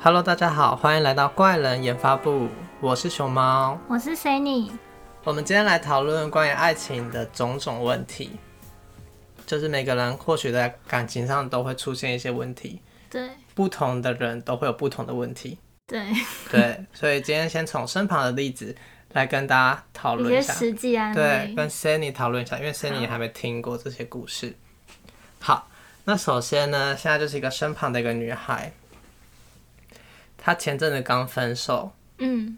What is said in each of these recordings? Hello，大家好，欢迎来到怪人研发部，我是熊猫。我是 Sunny，我们今天来讨论关于爱情的种种问题，就是每个人或许在感情上都会出现一些问题，对不同的人都会有不同的问题。对，对，所以今天先从身旁的例子来跟大家讨一论些一下。实际案对，例，跟 Sunny 讨论一下，因为 Sunny 还没听过这些故事。好，那首先呢，现在就是一个身旁的一个女孩，她前阵子刚分手，嗯，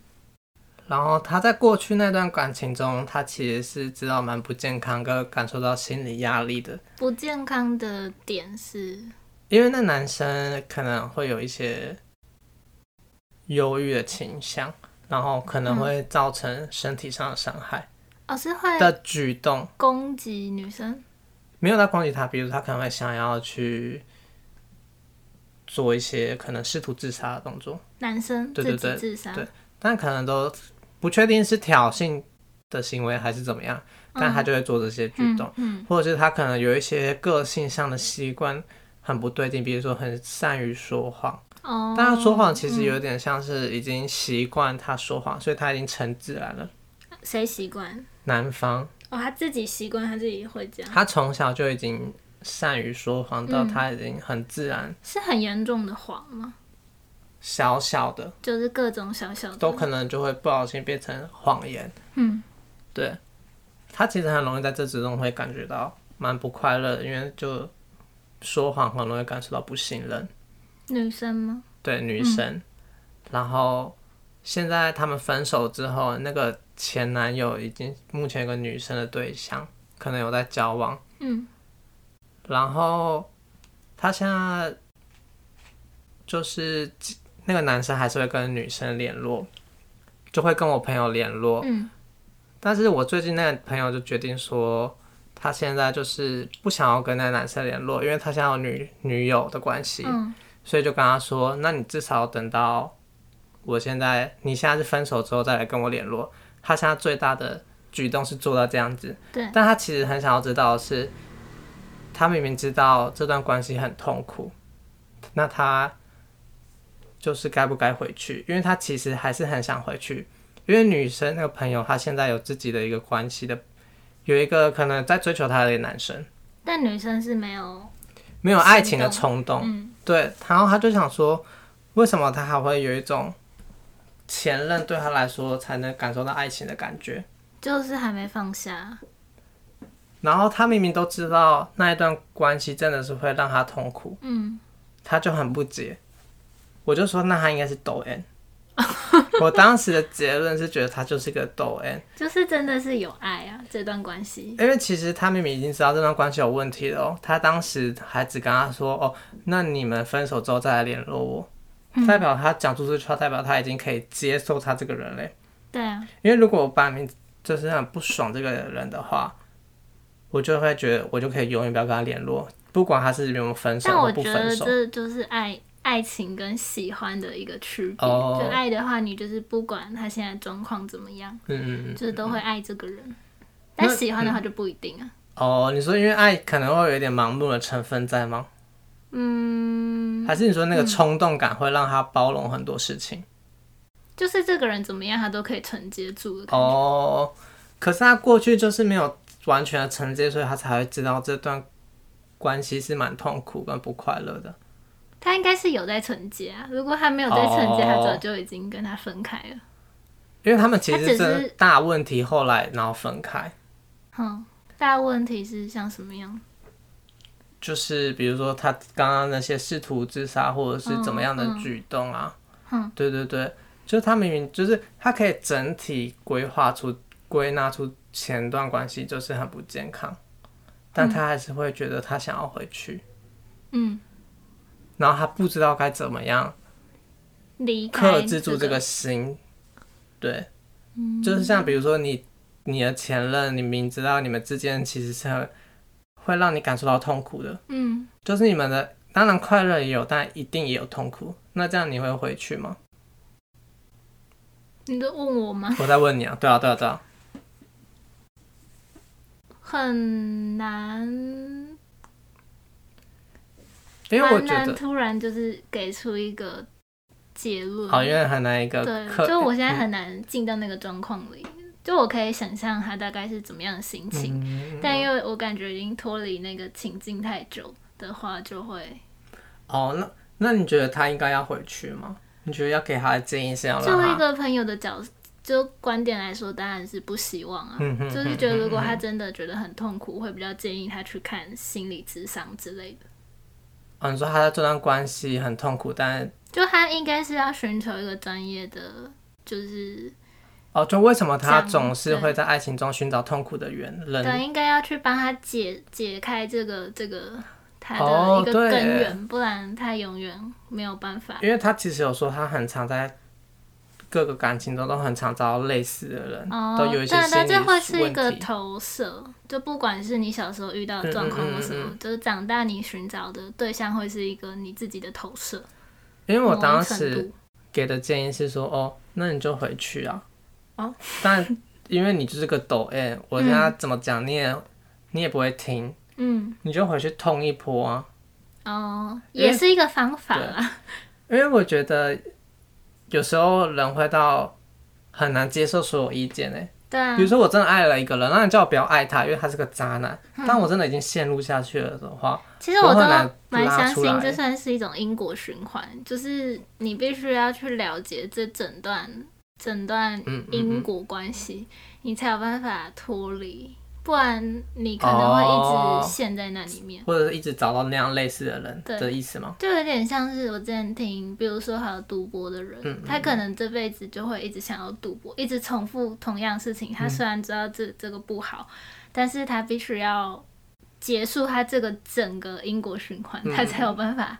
然后她在过去那段感情中，她其实是知道蛮不健康，跟感受到心理压力的，不健康的点是，因为那男生可能会有一些忧郁的倾向，然后可能会嗯造成身体上的伤害哦，是会的举动。攻击女生，没有在攻击他，比如他可能会想要去做一些可能试图自杀的动作，男生对自对己对自杀，对但可能都不确定是挑衅的行为还是怎么样，但他就会做这些举动，嗯，或者是他可能有一些个性上的习惯很不对劲，比如说很善于说谎，嗯哦，但他说谎其实有点像是已经习惯他说谎，所以他已经成自然了。谁习惯？男方哦，他自己习惯，他自己会这样，他从小就已经善于说谎，到他已经很自然，是很严重的谎吗？小小的。就是各种小小的，都可能就会不小心变成谎言。嗯，对，他其实很容易在这之中会感觉到蛮不快乐的，因为就说谎很容易感受到不信任。女生吗？对女生，然后现在他们分手之后，那个前男友已经目前有个女生的对象，可能有在交往，嗯，然后他现在就是那个男生还是会跟女生联络，就会跟我朋友联络，嗯，但是我最近那个朋友就决定说，他现在就是不想要跟那个男生联络，因为他现在有女女友的关系，嗯，所以就跟他说，那你至少等到我现在你现在是分手之后再来跟我联络。他现在最大的举动是做到这样子，对，但他其实很想要知道的是，他明明知道这段关系很痛苦，那他就是该不该回去？因为他其实还是很想回去，因为女生那个朋友她现在有自己的一个关系的，有一个可能在追求她的一个男生，但女生是没有，没有爱情的冲动，嗯，对，然后他就想说，为什么他还会有一种前任对他来说才能感受到爱情的感觉？就是还没放下，然后他明明都知道那一段关系真的是会让他痛苦，嗯，他就很不解。我就说，那他应该是抖 N。我当时的结论是觉得他就是个抖 N，就是真的是有爱啊，这段关系，因为其实他明明已经知道这段关系有问题了哦，他当时还只跟他说：“哦，那你们分手之后再来联络我。”嗯代表他讲出这句话，代表他已经可以接受他这个人嘞。对啊，因为如果我把名就是很不爽这个人的话，我就会觉得我就可以永远不要跟他联络，不管他是有没有分手但或我不觉分得手。这就是爱爱情跟喜欢的一个区别。哦就爱的话，你就是不管他现在状况怎么样，嗯嗯嗯。就是都会爱这个人。但喜欢的话就不一定啊。哦，你说因为爱可能会有一点盲目的成分在吗？嗯，还是你说那个冲动感会让他包容很多事情？就是这个人怎么样，他都可以承接住的感觉。哦，可是他过去就是没有完全的承接，所以他才会知道这段关系是蛮痛苦跟不快乐的。他应该是有在承接啊。如果他没有在承接，哦他早就已经跟他分开了。因为他们其他实只真的是大问题，后来然后分开，哼，大问题是像什么样？就是比如说他刚刚那些试图自杀或者是怎么样的举动啊，嗯嗯对对对，就是他明明就是他可以整体规划出归纳出前段关系就是很不健康，但他还是会觉得他想要回去，嗯，然后他不知道该怎么样离开、克制住这个心，对，就是像比如说你你的前任，你明知道你们之间其实是很会让你感受到痛苦的，嗯，就是你们的，当然快乐也有，但一定也有痛苦。那这样你会回去吗？你都问我吗？我在问你啊，对啊，对啊，对啊，很难因为我蛮觉难得，突然就是给出一个结论。好，因为很难一个客，嗯对，就我现在很难进到那个状况里，就我可以想象他大概是怎么样的心情，嗯但因为我感觉已经脱离那个情境太久的话，就会哦，那那你觉得他应该要回去吗？你觉得要给他的建议是要作让为一他，个朋友的角，就观点来说，当然是不希望啊，嗯哼就是觉得如果他真的觉得很痛苦，会比较建议他去看心理智商之类的。哦，你说他的这段关系很痛苦，但就他应该是要寻求一个专业的，就是哦，就为什么他这样总是对会在爱情中寻找痛苦的源人？对，应该要去帮他解解开这个这个他哦的一个对根源，不然他永远没有办法。因为他其实有说他很常在各个感情中都很常找到类似的人，哦，都有一对，些心但理这会是一个问题。投射，就不管是你小时候遇到的状况或什么，嗯嗯嗯就是长大你寻找的对象会是一个你自己的投射。因为某我种当程时度给的建议是说，哦，那你就回去啊，哦啊， 但因为你就是个抖 M，我跟他怎么讲你也、你也不会听，嗯，你就回去痛一波啊。哦，因为也是一个方法啦。 因为我觉得有时候人会到很难接受所有意见欸诶、对啊比如，说我真的爱了一个人，那你叫我不要爱他，因为他是个渣男。嗯但我真的已经陷入下去了的话，其实我都我很难蛮拉相出信来这算是一种因果循环，就是你必须要去了解这整段整段嗯嗯因果关系，你才有办法脱离，不然你可能会一哦直陷在那里面。或者是一直找到那样类似的人对的意思吗？就有点像是我之前听，比如说还有赌博的人，嗯嗯他可能这辈子就会一直想要赌博，一直重复同样的事情。嗯他虽然知道这、这个不好，但是他必须要结束他这个整个因果循环，嗯嗯他才有办法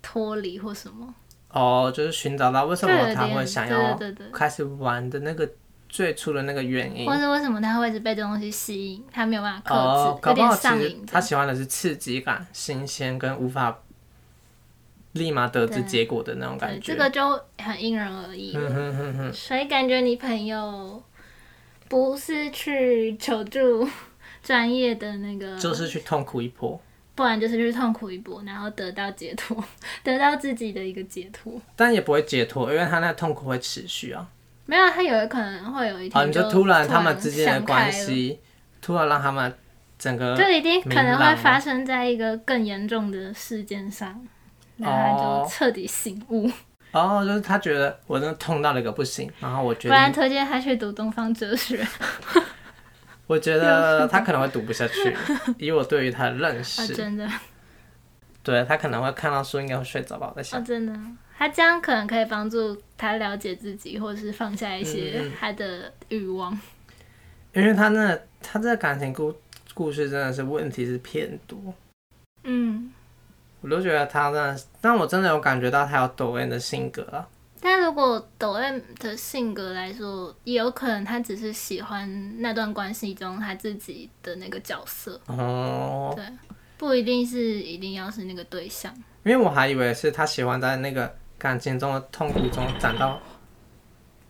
脱离或什么。哦，就是寻找到为什就有么点他会想要对对对开始玩的那个最初的那个原对，因或。者为什么他会一直被这东西吸引，他没有办法克哦，制，搞有不好点其上实瘾这他样。喜欢的是刺激感、新鲜跟无法立马得知对结果的那种感对，觉。这个就很因人而异了。嗯哼哼哼，所以感觉你朋友不是去求助 专业的那个，就是去痛苦一波。不然就是去痛苦一波，然后得到解脱， 得到自己的一个解脱。但也不会解脱，因为他那痛苦会持续啊。没有，他有可能会有一啊，天你就就突然他们之间的想开关了，系，突然让他们整个就一定可明能朗会了发生在一个更严重的事件上，然后他哦就彻底醒悟。哦，就是他觉得我真的痛到了一个不行，然后我不觉然得推荐他去读东方哲学，我觉得他可能会读不下 去，以我对于他的认啊，识，真的，对他可能会看到书应该会睡着吧，我在哦，想。真的，他这样可能可以帮助他了解自己，或是放下一些他的欲望。因为他那他这个感情故故事真的是问题是偏多，嗯，我都觉得他真的是，但我真的有感觉到他有抖 M 的性格啊。但如果抖 M 的性格来说，也有可能他只是喜欢那段关系中他自己的那个角色，哦，对，不一定是一定要是那个对象。因为我还以为是他喜欢在那个感情中的痛苦中感到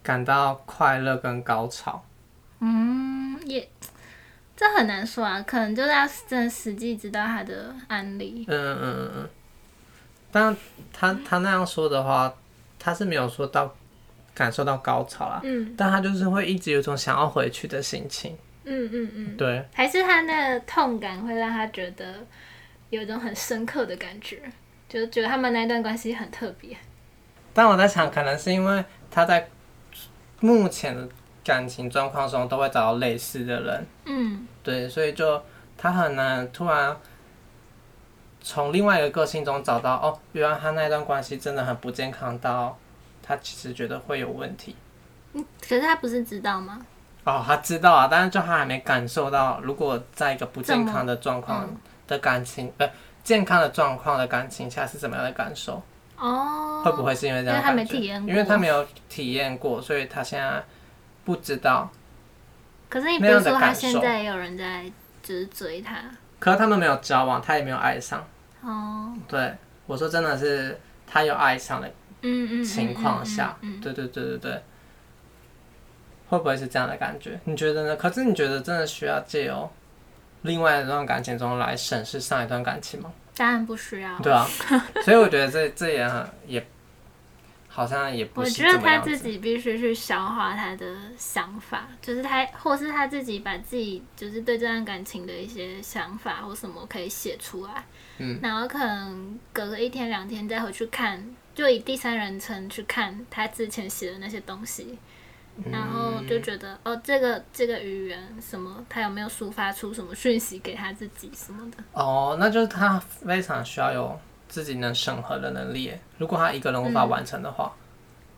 感到快乐跟高潮。嗯，也这很难说啊，可能就是要真的实际知道他的案例。嗯嗯嗯嗯。但他他那样说的话，他是没有说到感受到高潮啦，嗯但他就是会一直有种想要回去的心情。嗯嗯嗯，对，还是他那个痛感会让他觉得有一种很深刻的感觉，就是觉得他们那段关系很特别。但我在想，可能是因为他在目前的感情状况中都会找到类似的人，嗯，对，所以就他很难突然从另外一个个性中找到哦，原来他那段关系真的很不健康到他其实觉得会有问题可是他不是知道吗？哦，他知道啊，但是就他还没感受到，如果在一个不健康的状怎况么的感情，呃，健康的状况的感情下是怎么样的感受？哦，会不会是因为这样的因为他没感觉体验过因为他没有体验过，所以他现在不知道。可是你不那样是的说他感受现在也有人在就是追他？可是他们没有交往，他也没有爱上。哦，对，我说真的是他有爱上的嗯嗯，嗯情况下，嗯，嗯对对对对对，会不会是这样的感觉？你觉得呢？可是你觉得真的需要借由另外一段感情中来审视上一段感情吗？当然不需要。对啊， 所以我觉得这这也很也好像也不我是觉得怎么他样子自己必须去消化他的想法，就是他，或是他自己把自己就是对这段感情的一些想法或什么可以写出来，嗯，然后可能隔个一天两天再回去看，就以第三人称去看他之前写的那些东西，嗯然后就觉得、哦，这个这个语言什么，他有没有抒发出什么讯息给他自己什么的，哦，那就是他非常需要有自己能审核的能力耶。如果他一个人无法完成的话，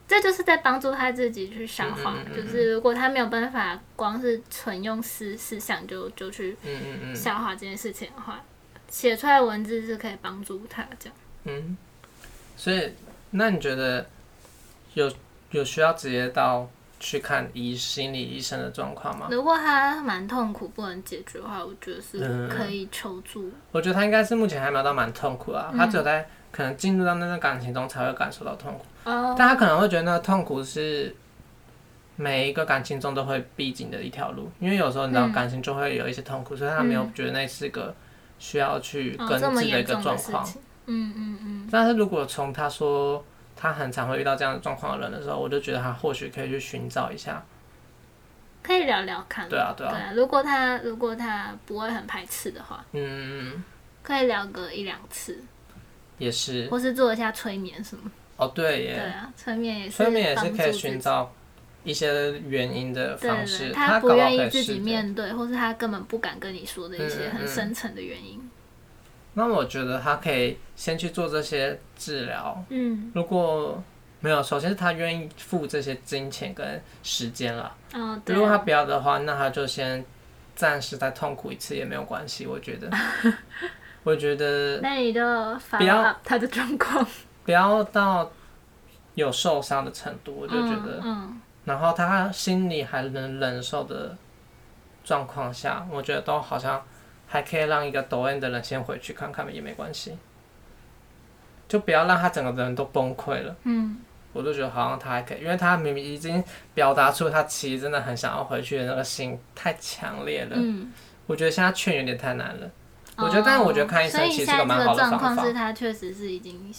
这就是在帮助他自己去消化。嗯嗯嗯嗯就是如果他没有办法光是纯用思思想就就去嗯嗯嗯消化这件事情的话，写出来文字是可以帮助他这样。嗯，所以那你觉得有有需要直接到去看医心理医生的状况吗？如果他蛮痛苦不能解决的话，我觉得嗯是可以求助。我觉得他应该是目前还没有到蛮痛苦啊，嗯他只有在可能进入到那段感情中才会感受到痛苦，哦，但他可能会觉得那个痛苦是。每一个感情中都会必经的一条路，因为有时候你知道嗯感情就会有一些痛苦，嗯所以他没有嗯觉得那是个需要去哦根这么治的一严个重状的事况。情。嗯嗯嗯，但是如果从他说他很常会遇到这样的状况的人的时候，我就觉得他或许可以去寻找一下。可以聊聊看。对啊，对对啊，啊，如果他如果他不会很排斥的话，嗯，可以聊个一两次，也是。或是做一下催眠什么。哦，对对耶，啊，催眠也是催眠也是可帮以助自己寻找一些原因的对方对式。对，他不搞好愿可意以自试己着。面对，或是他根本不敢跟你说的一嗯些嗯嗯很深层的原因。那我觉得他可以先去做这些治疗。嗯，如果没有，首先是他愿意付这些金钱跟时间了。哦，对如果他啊，不要的话，那他就先暂时再痛苦一次也没有关系。我觉得， 我觉得那你就发不要了他的状况，不要到有受伤的程度，我就觉得，嗯，然后他心里还能忍受的状况下，我觉得都好像还可以让一个抖 N 的人先回去看看也没关系，就不要让他整个人都崩溃了。嗯我就觉得好像他还可以，因为他明明已经表达出他其实真的很想要回去的那个心太强烈了，嗯，我觉得现在劝有点太难了。我觉得哦但是我觉得看医生所以其实现是个在蛮这好个的方状法况是他确实是已经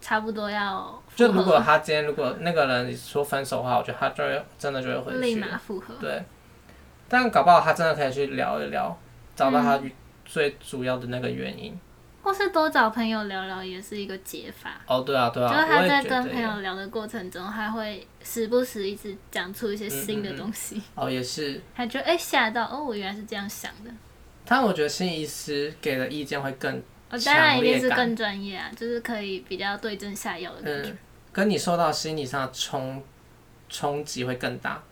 差不多要复就如合果他今天如果那个人说分手的话，我觉得他就会真的就会回立去了。马复合，对，但搞不好他真的可以去聊一聊，找到嗯他最主要的那个原因。或是多找朋友聊聊也是一个解法。哦，对啊，对就啊，是我他也在觉跟得朋耶。友聊的过程中，他会时不时一直讲出一些嗯新嗯的嗯东西，哦，也是。他就哎吓、到哦，我原来是这样想的。但我觉得心理医师给的意见会更哦，强当然一定烈是感更专业啊，就是可以比较对症下药的感觉嗯。，跟你受到心理上的冲冲击会更大。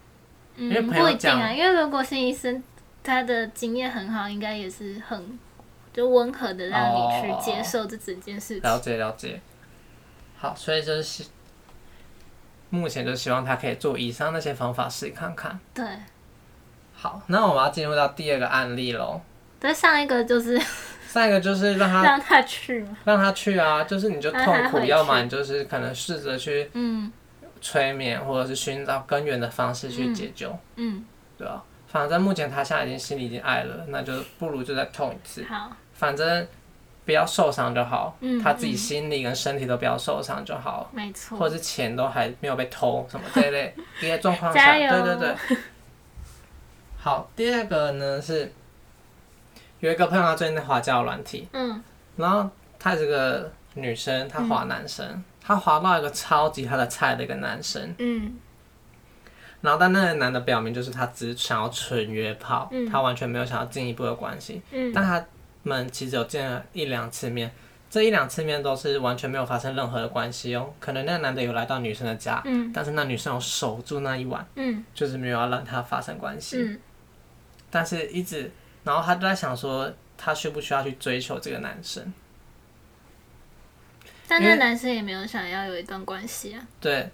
嗯，为朋友不一定啊，讲因为如果是医生，他的经验很好，应该也是很就温和的让你去接受这整件事情。了解了解。好，所以就是希目前就希望他可以做以上那些方法试看看。对，好，那我们要进入到第二个案例喽。但上一个就是上一个就是让他让他去嘛，让他去啊，就是你就 让痛他苦，回要去么你就是可能试着去嗯催眠，或者是寻找根源的方式去嗯解救，嗯，对啊。反正目前他现在已经心里已经爱了，那就不如就再痛一次，好，反正不要受伤就好，嗯他自己嗯心理跟身体都不要受伤就好，没或错，者是钱都还没有被偷什么这一 类一些状况下，加油对对对。 好，第二个呢是有一个朋友他最近在滑交友软体，嗯，然后她这个女生，她滑男生，她滑到一个超级她的菜的一个男生，嗯然后但那个男的表明就是他只想要纯约炮，嗯他完全没有想要进一步的关系，嗯但他们其实有见了一两次面。这一两次面都是完全没有发生任何的关系哦，可能那个男的有来到女生的家，嗯但是那女生有守住那一晚，嗯就是没有要让他发生关系。嗯，但是一直，然后他就在想说，他需不需要去追求这个男生？但因为那男生也没有想要有一段关系啊，对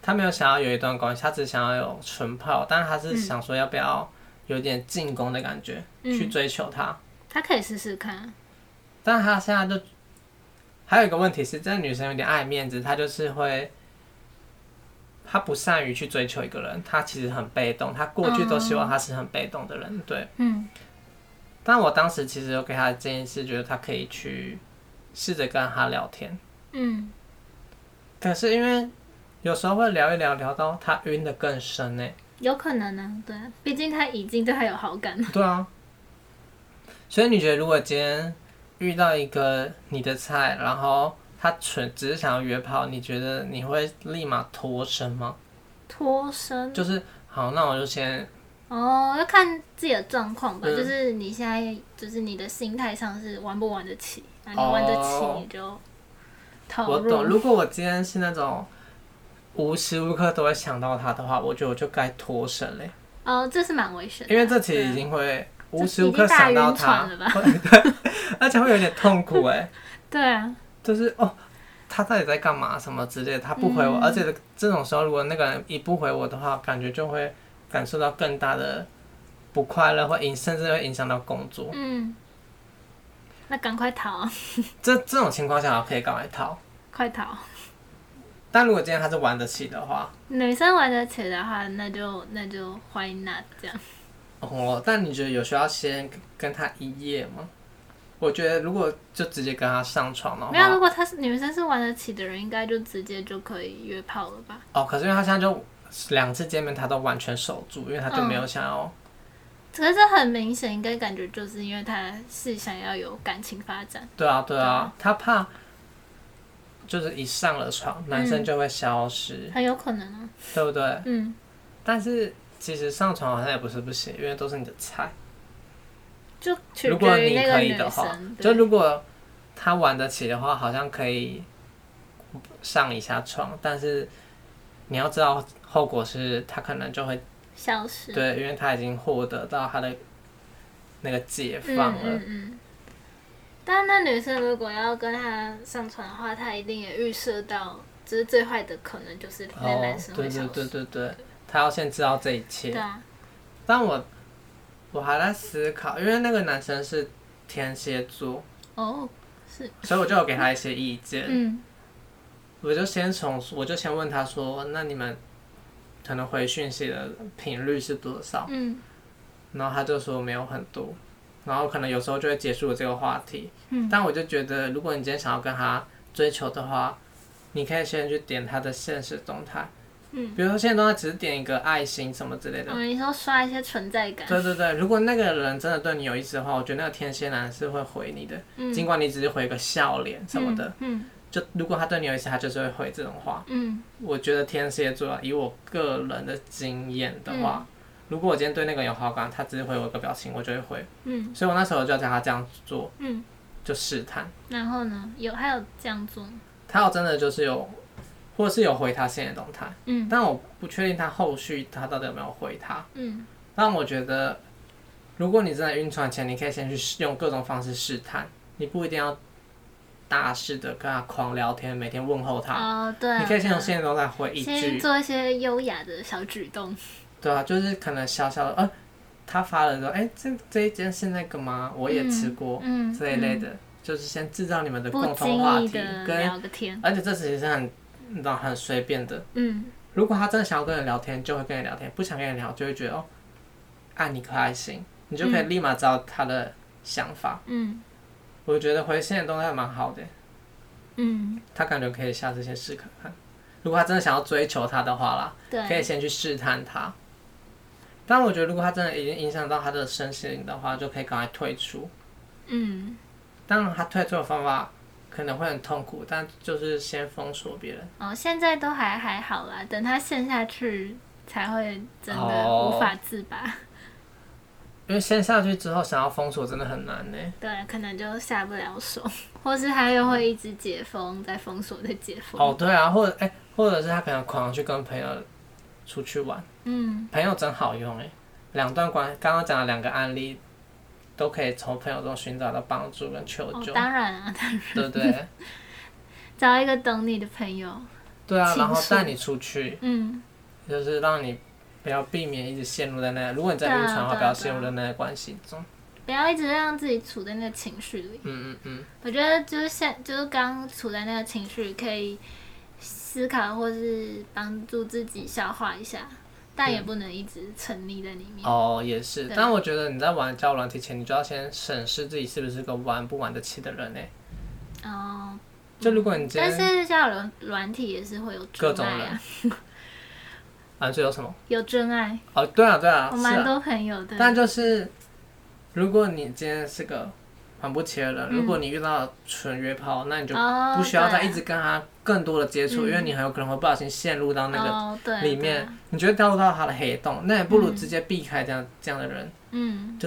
他没有想要有一段关系，他只想要有纯炮，但是他是想说要不要有点进攻的感觉、去嗯，追求他，他可以试试看，啊但他现在就还有一个问题是，这个女生有点爱面子，她就是会。她不善于去追求一个人，她其实很被动。她过去都希望她是很被动的人，对。嗯但我当时其实有给他的建议是，觉得他可以去试着跟他聊天，嗯，可是因为有时候会聊一聊，聊到他晕的更深呢、欸有可能呢、对啊，毕竟他已经对他有好感了。 对啊，所以你觉得如果今天遇到一个你的菜，然后他纯只是想要约炮，你觉得你会立马脱身吗？脱身就是好，那我就先哦，要看自己的状况吧，嗯就是你现在就是你的心态上是玩不玩得起，啊，你玩得哦起你就投我懂。入。如果我今天是那种无时无刻都会想到他的话，我觉得我就该脱身嘞，哦，这是蛮危险的，因为这其实已经会对无时无刻想到他这已经大晕船了，会吧对，而且会有点痛苦哎、对啊，就是哦，他到底在干嘛什么之类的，他不嗯回我，而且这种时候如果那个人一不回我的话，感觉就会感受到更大的不快乐，会影甚至会影响到工作。嗯，那赶快逃啊， 这这种情况下可以赶快逃，快逃！但如果今天他是玩得起的话，女生玩得起的话，那就那就 why not 这样？哦，但你觉得有需要先跟他一夜吗？我觉得如果就直接跟他上床的没有，话如，果她是女生是玩得起的人，应该就直接就可以约炮了吧？哦，可是因为他现在就两次见面他都完全守住，因为他就没有嗯想要。可是这很明显，应该感觉就是因为她是想要有感情发展，对啊，对对啊啊，他怕就是一上了床，男生就会消失，很有可能啊。对不对？嗯，但是其实上床好像也不是不行，因为都是你的菜。就取如果决于你那个可以女的话生，。就对如果他玩得起的话，好像可以上一下床，但是你要知道后果是他可能就会消失。对，因为他已经获得到他的那个解嗯放了。嗯嗯。但那女生如果要跟他上床的话，她一定也预设到，就是最坏的可能就是那哦男，生对会消对失。对对对，他要先知道这一切。对啊，但我我还在思考，因为那个男生是天蝎座，哦，是，所以我就有给他一些意见。嗯我就先从我就先问他说，那你们可能回讯息的频率是多少？嗯然后他就说没有很多，然后可能有时候就会结束了这个话题。嗯但我就觉得，如果你今天想要跟他追求的话，你可以先去点他的现实动态，嗯，比如说现在动态只是点一个爱心什么之类的，哦，你说刷一些存在感，对对对，如果那个人真的对你有意思的话，我觉得那个天蝎男是会回你的，嗯尽管你只是回个笑脸什么的。嗯就如果他对你有意思，他就是会回这种话。嗯我觉得天蝎座，以我个人的经验的话，嗯如果我今天对那个人有好感，他只是回我一个表情，我就会回。嗯所以我那时候就叫他这样做，嗯，就试探。然后呢，有还有这样做，他有真的就是有，或者是有回他现在动态，嗯但我不确定他后续他到底有没有回他。嗯但我觉得，如果你真的晕船前，你可以先去试用各种方式试探，你不一定要大肆的跟他狂聊天，每天问候他。哦对啊，你可以先从对啊现在都在回一先句，做一些优雅的小举动，对啊，就是可能小小的，呃，他发了说，哎、这这一间是那个吗？我也吃过、嗯，这一类的，就是先制造你们的嗯，共不同话经意题的，跟聊个天，而且这其实是很，你知道很随便的。嗯如果他真的想要跟你聊天，就会跟你聊天；不想跟你聊，就会觉得哦，按你可爱心，你就可以立马知道他的想法。嗯我觉得回现在动态蛮好的，嗯，他感觉可以下次先试看看。如果他真的想要追求他的话啦，可以对，先去试探他。但我觉得，如果他真的已经影响到他的身心灵的话，就可以赶快退出。嗯。当然，他退出的方法可能会很痛苦，但就是先封锁别人。哦，现在都还还好啦，等它陷下去才会真的哦无法自拔。因为先下去之后，想要封锁真的很难呢、对，可能就下不了手，或是它又会一直解封，再封锁，再解封。哦，对啊，或者哎、或者是他可能狂去跟朋友出去玩，嗯朋友真好用哎、两段关，刚刚讲的两个案例，都可以从朋友中寻找到帮助跟求哦，救，当然啊，当然对不 对？找一个懂你的朋友。对啊，倾然后诉带你出去，嗯，就是让你不要避免一直陷入在那，如果你在对啊啊晕船的话，对啊不要陷入在那个关系中。不要一直让自己处在那个情绪里。嗯嗯嗯，我觉得就是现就是刚处在那个情绪，可以思考或是帮助自己消化一下，但也不能一直沉溺在里面。哦，也是，对但我觉得你在玩交友软体前，你就要先审视自己是不是个玩不玩得起的人呢、哦，就如果你今但天是交友软软体也是会有各真种爱人啊，啊，这有什么？有真爱，哦，对啊，对啊，我是蛮啊。多朋友的。但就是，如果你今天是个玩不起的人，如果你遇到纯约炮，那你就嗯哦不需要再对一直跟他更多的接触，因为你很有可能会不小心陷入到那个哦，对，里对面啊，你就会掉入到他的黑洞。那也不如直接避开这样、这样的人，嗯，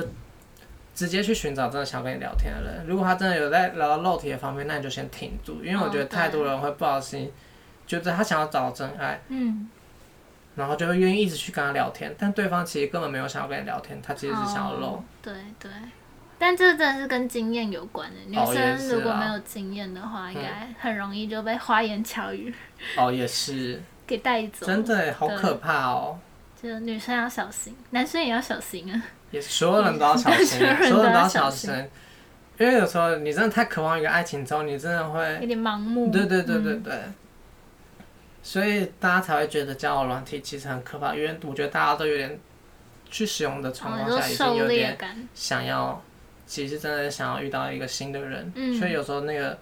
直接去寻找真的想跟你聊天的人。如果他真的有在聊到肉体的方面，那你就先停住，因为我觉得哦对太多人会不小心觉得他想要找真爱，嗯，然后就会愿意一直去跟他聊天，但对方其实根本没有想要跟你聊天，他其实是想要肉。哦对对，但这真的是跟经验有关的。女哦也生是如果啦嗯没有经验的话，应该很容易就被花言巧语哦，也是，给带走。真，的耶好对可怕哦。就女生要小心，男生也要小心啊。也是所有人都要小心，啊所所 有人有都人都要要小小心心，因为有时候你真的太渴望一个爱情之后，你真的会有点盲目。对对对嗯对对，所以大家才会觉得交友软体其实很可怕，因为我觉得大家都有点去使用的情哦，况有下，已经狩有猎点感，想要，其实真的想要遇到一个新的人，嗯所以有时候那个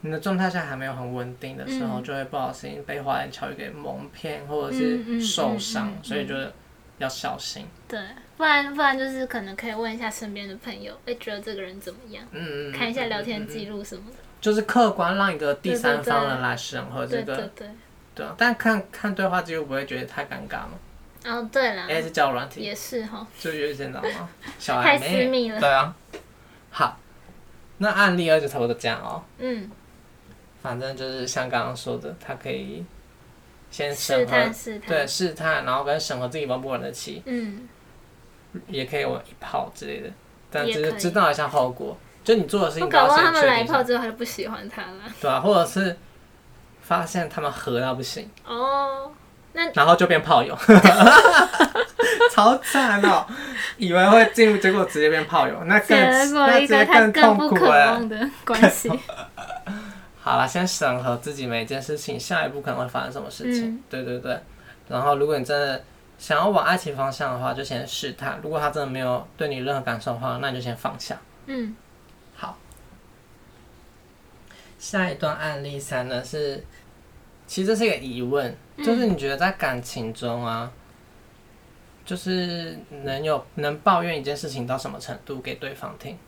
你的状态下还没有很稳定的时候，嗯就会不小心被花言巧语给蒙骗，或者嗯嗯是嗯受嗯伤，嗯所以就是要小心。对，不然不然就是可能可以问一下身边的朋友，哎，觉得这个人怎么样？嗯，嗯嗯看一下聊嗯天嗯嗯记录什么的。就是客观让一个第三方对对人对来审核这对个，对对。对啊。但看看对话记录不会觉得太尴尬吗？哦，对啦，哎、是交友软体，也是哈。就有点道吗？小孩太私妹，密了。对啊。好，那案例二就差不多这样哦。嗯，反正就是像刚刚说的，他可以先试审核探，试探。对，试探，然后跟审核自己玩不玩得起，嗯，也可以玩一炮之类的，但也只是可以知道一下后果。就你做的事我情，搞不好他们确来定一一下炮之后，他就不喜欢他了。对啊，或者是发现他们合到不行。哦，然后就变炮友， 超惨哦！以为会进入，结果直接变炮友，那结更果那一直个接他更更痛不苦欸渴了。望的关 系。好了，先审核自己每一件事情，下一步可能会发生什么事情。嗯对对对。然后，如果你真的想要往爱情方向的话，就先试探。如果他真的没有对你任何感受的话，那你就先放下。嗯，好，下一段案例三呢是，其实这是一个疑问，就是你觉得在感情中啊，就是能有能抱怨一件事情到什么程度给对方听？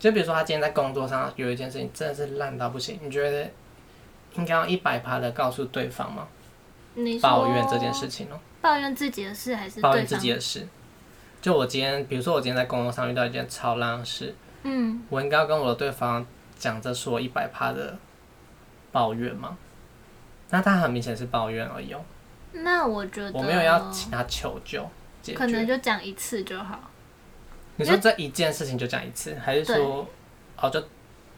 就比如说他今天在工作上有一件事情真的是烂到不行，你觉得应该要一百趴的告诉对方吗？你说抱怨这件事，情哦、抱怨自己的事还是抱对怨自方？己的事。就我今天，比如说我今天在工作上遇到一件超烂的事，嗯，我应该要跟我的对方讲这说一百趴的抱怨吗？那他很明显是抱怨而已、哦，那我觉得我没有要请他求救解哦可能决。就讲一次就好。你说这一件事情就讲一次，还是说哦就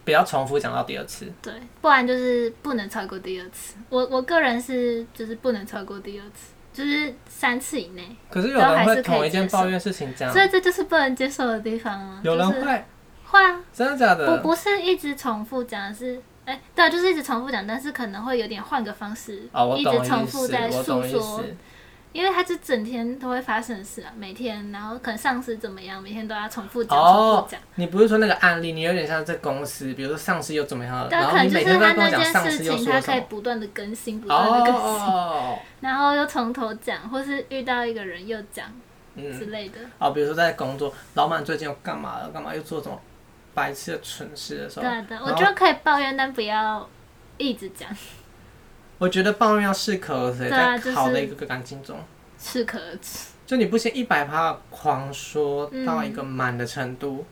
不要重复讲到第二次？对，不然就是不能超过第二次。我我个人是就是不能超过第二次，就是三次以内，可是有都还人是可以会同一件接受抱怨事情这样所，以这就是不能接受的地方啊。有人就是会呃会啊，真的假不的？不是一直重复讲，是哎、对，就是一直重复讲，但是可能会有点换个方式，哦，我一懂直意重复思在，我诉懂意说，思。因为它就整天都会发生的事啊，每天，然后可能上司怎么样，每天都要重复讲，重哦复讲，，你不是说那个案例，你有点像这公司，比如说上司又怎么样了，但然啊可后能你就每是天都他要跟我讲那上件事司又情，说他什可以么。不断的更新，不哦断的更新，哦，然后又从头讲，或是遇到一个人又讲嗯之，类的，哦，比如说在工作，老板最近又干嘛了？干嘛又做这种白痴的蠢事的时候，对啊对啊，我然后觉得可以抱怨，但不要一直讲，我觉得抱怨要适可而止，对啊在就是好的一个感情中，适可而止。就你不先一百趴狂说嗯到一个满的程度，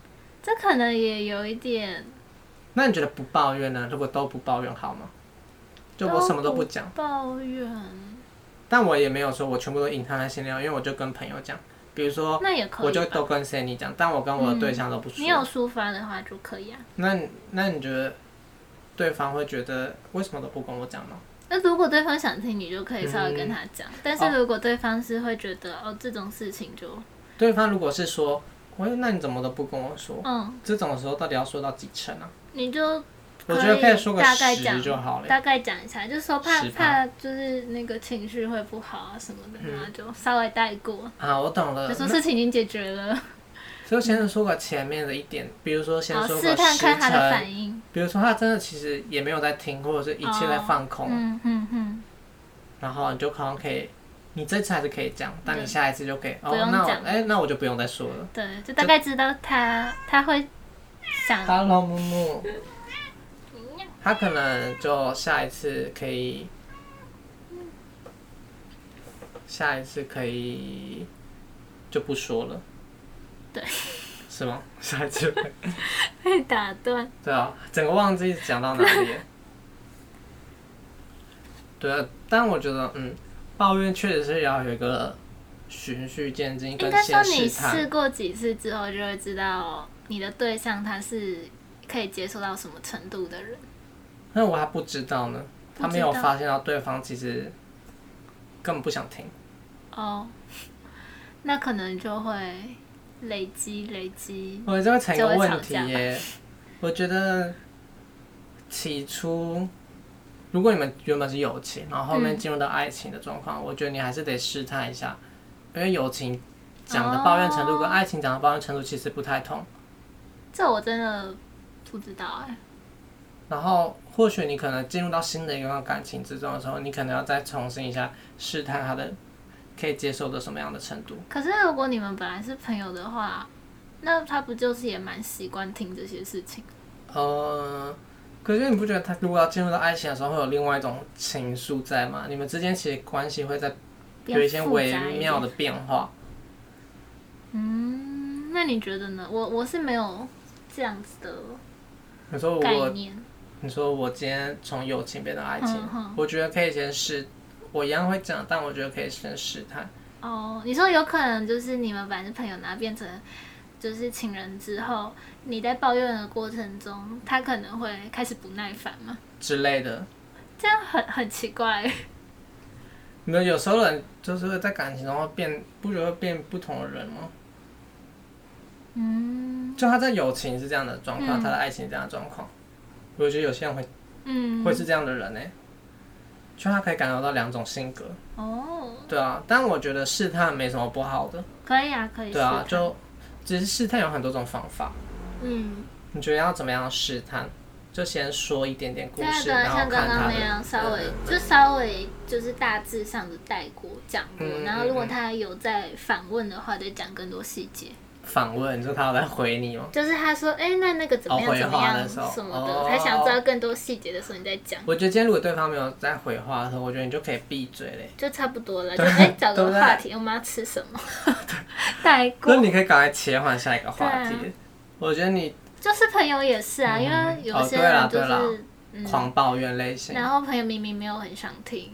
这可能也有一点那你觉得不抱怨呢？如果都不抱怨好吗？就我什么都不讲，抱怨，但我也没有说我全部都隐藏在心里，因为我就跟朋友讲，比如说那也可以。嗯我就都跟 Sandy 讲，但我跟我的对象都不说。你有抒发的话就可以啊。那你那你觉得对方会觉得为什么都不跟我讲呢？那如果对方想听，你就可以稍微嗯跟他讲。但哦是如果对方是会觉得哦这种事情就对方如果是说，喂，那你怎么都不跟我说？嗯，这种时候到底要说到几成啊？你就我觉得可以说个大概十讲就好了。大概讲一下，就是说怕10%怕就是那个情绪会不好啊什么的，然后嗯就稍微带过，啊，我懂了就。说事情已经解决了，所以先说个前面的一点，比如说先然后说试个探时看他的辰，反应，比如说他真的其实也没有在听，或者是一切在放空，嗯嗯嗯，然后你就可能可以，你这次还是可以讲，但你下一次就可以哦不用，那我讲哎、那我就不用再说了。对，就大概知道他他会想 Hello，木木，他可能就下一次可以，下一次可以就不说了，对，是吗？ 下一次被打断，对啊，整个忘记讲到哪 里了。对啊，但我觉得，嗯，抱怨确实是要有一个循序渐进应跟该说先你试试探。过几次之后，就会知道你的对象他是可以接受到什么程度的人。那我还不知道呢，不知他道没有发现到对方其实根本不想听。哦， 那可能就会累积累积，我这会成一个问题就会吵耶。我觉得起初，如果你们原本是友情，然后后面进入到爱情的状况，我觉得你还是得试探一下，因为友情讲的抱怨程度跟爱情讲的抱怨程度其实不太同。这我真的不知道哎、然后或许你可能进入到新的一段感情之中的时候，你可能要再重新一下试探他的可以接受的什么样的程度。可是如果你们本来是朋友的话，那他不就是也蛮习惯听这些事情？嗯呃，可是你不觉得他如果要进入到爱情的时候，会有另外一种情愫在吗？你们之间其实关系会在比较有一些微复杂一点妙的变化。嗯，那你觉得呢？我我是没有这样子的你说概我，念，你说我今天从友情变到爱情，嗯哼我觉得可以先试，我一样会讲，但我觉得可以先试探。哦，你说有可能就是你们本来是朋友，然后变成就是情人之后，你在抱怨的过程中，他可能会开始不耐烦吗？之类的，这样很很奇怪。你们有时候人就是会在感情中会变，不觉得会变不同的人吗？嗯就他在友情是这样的状况，嗯他的爱情是这样的状况，我觉得有些人会嗯，会是这样的人呢、欸就他可以感受到两种性格，哦，对啊，但我觉得试探没什么不好的，可以啊，可以试对啊探，就只是试探有很多种方法，嗯，你觉得要怎么样试探？就先说一点点故这样事，的然后啊像刚看他刚的那样稍微嗯就稍微就是大致上的带过讲过，嗯嗯然后如果嗯他有在反问的话，再讲更多细节。访问，你说他有在回你吗？就是他说，哎、那那个怎么哦样回怎么话样的时候什么的，哦他想知道更多细节的时候，你再讲，我觉得今天如果对方没有在回话的时候，我觉得你就可以闭嘴嘞。就差不多了。就对哎、诶找对个不对话题，我们要吃什 么？带过那，你可以赶快切换下一个话题对。我觉得你就是朋友也是啊，因为有些人就嗯哦对啦是，嗯，狂抱怨类型，然后朋友明明没有很想听，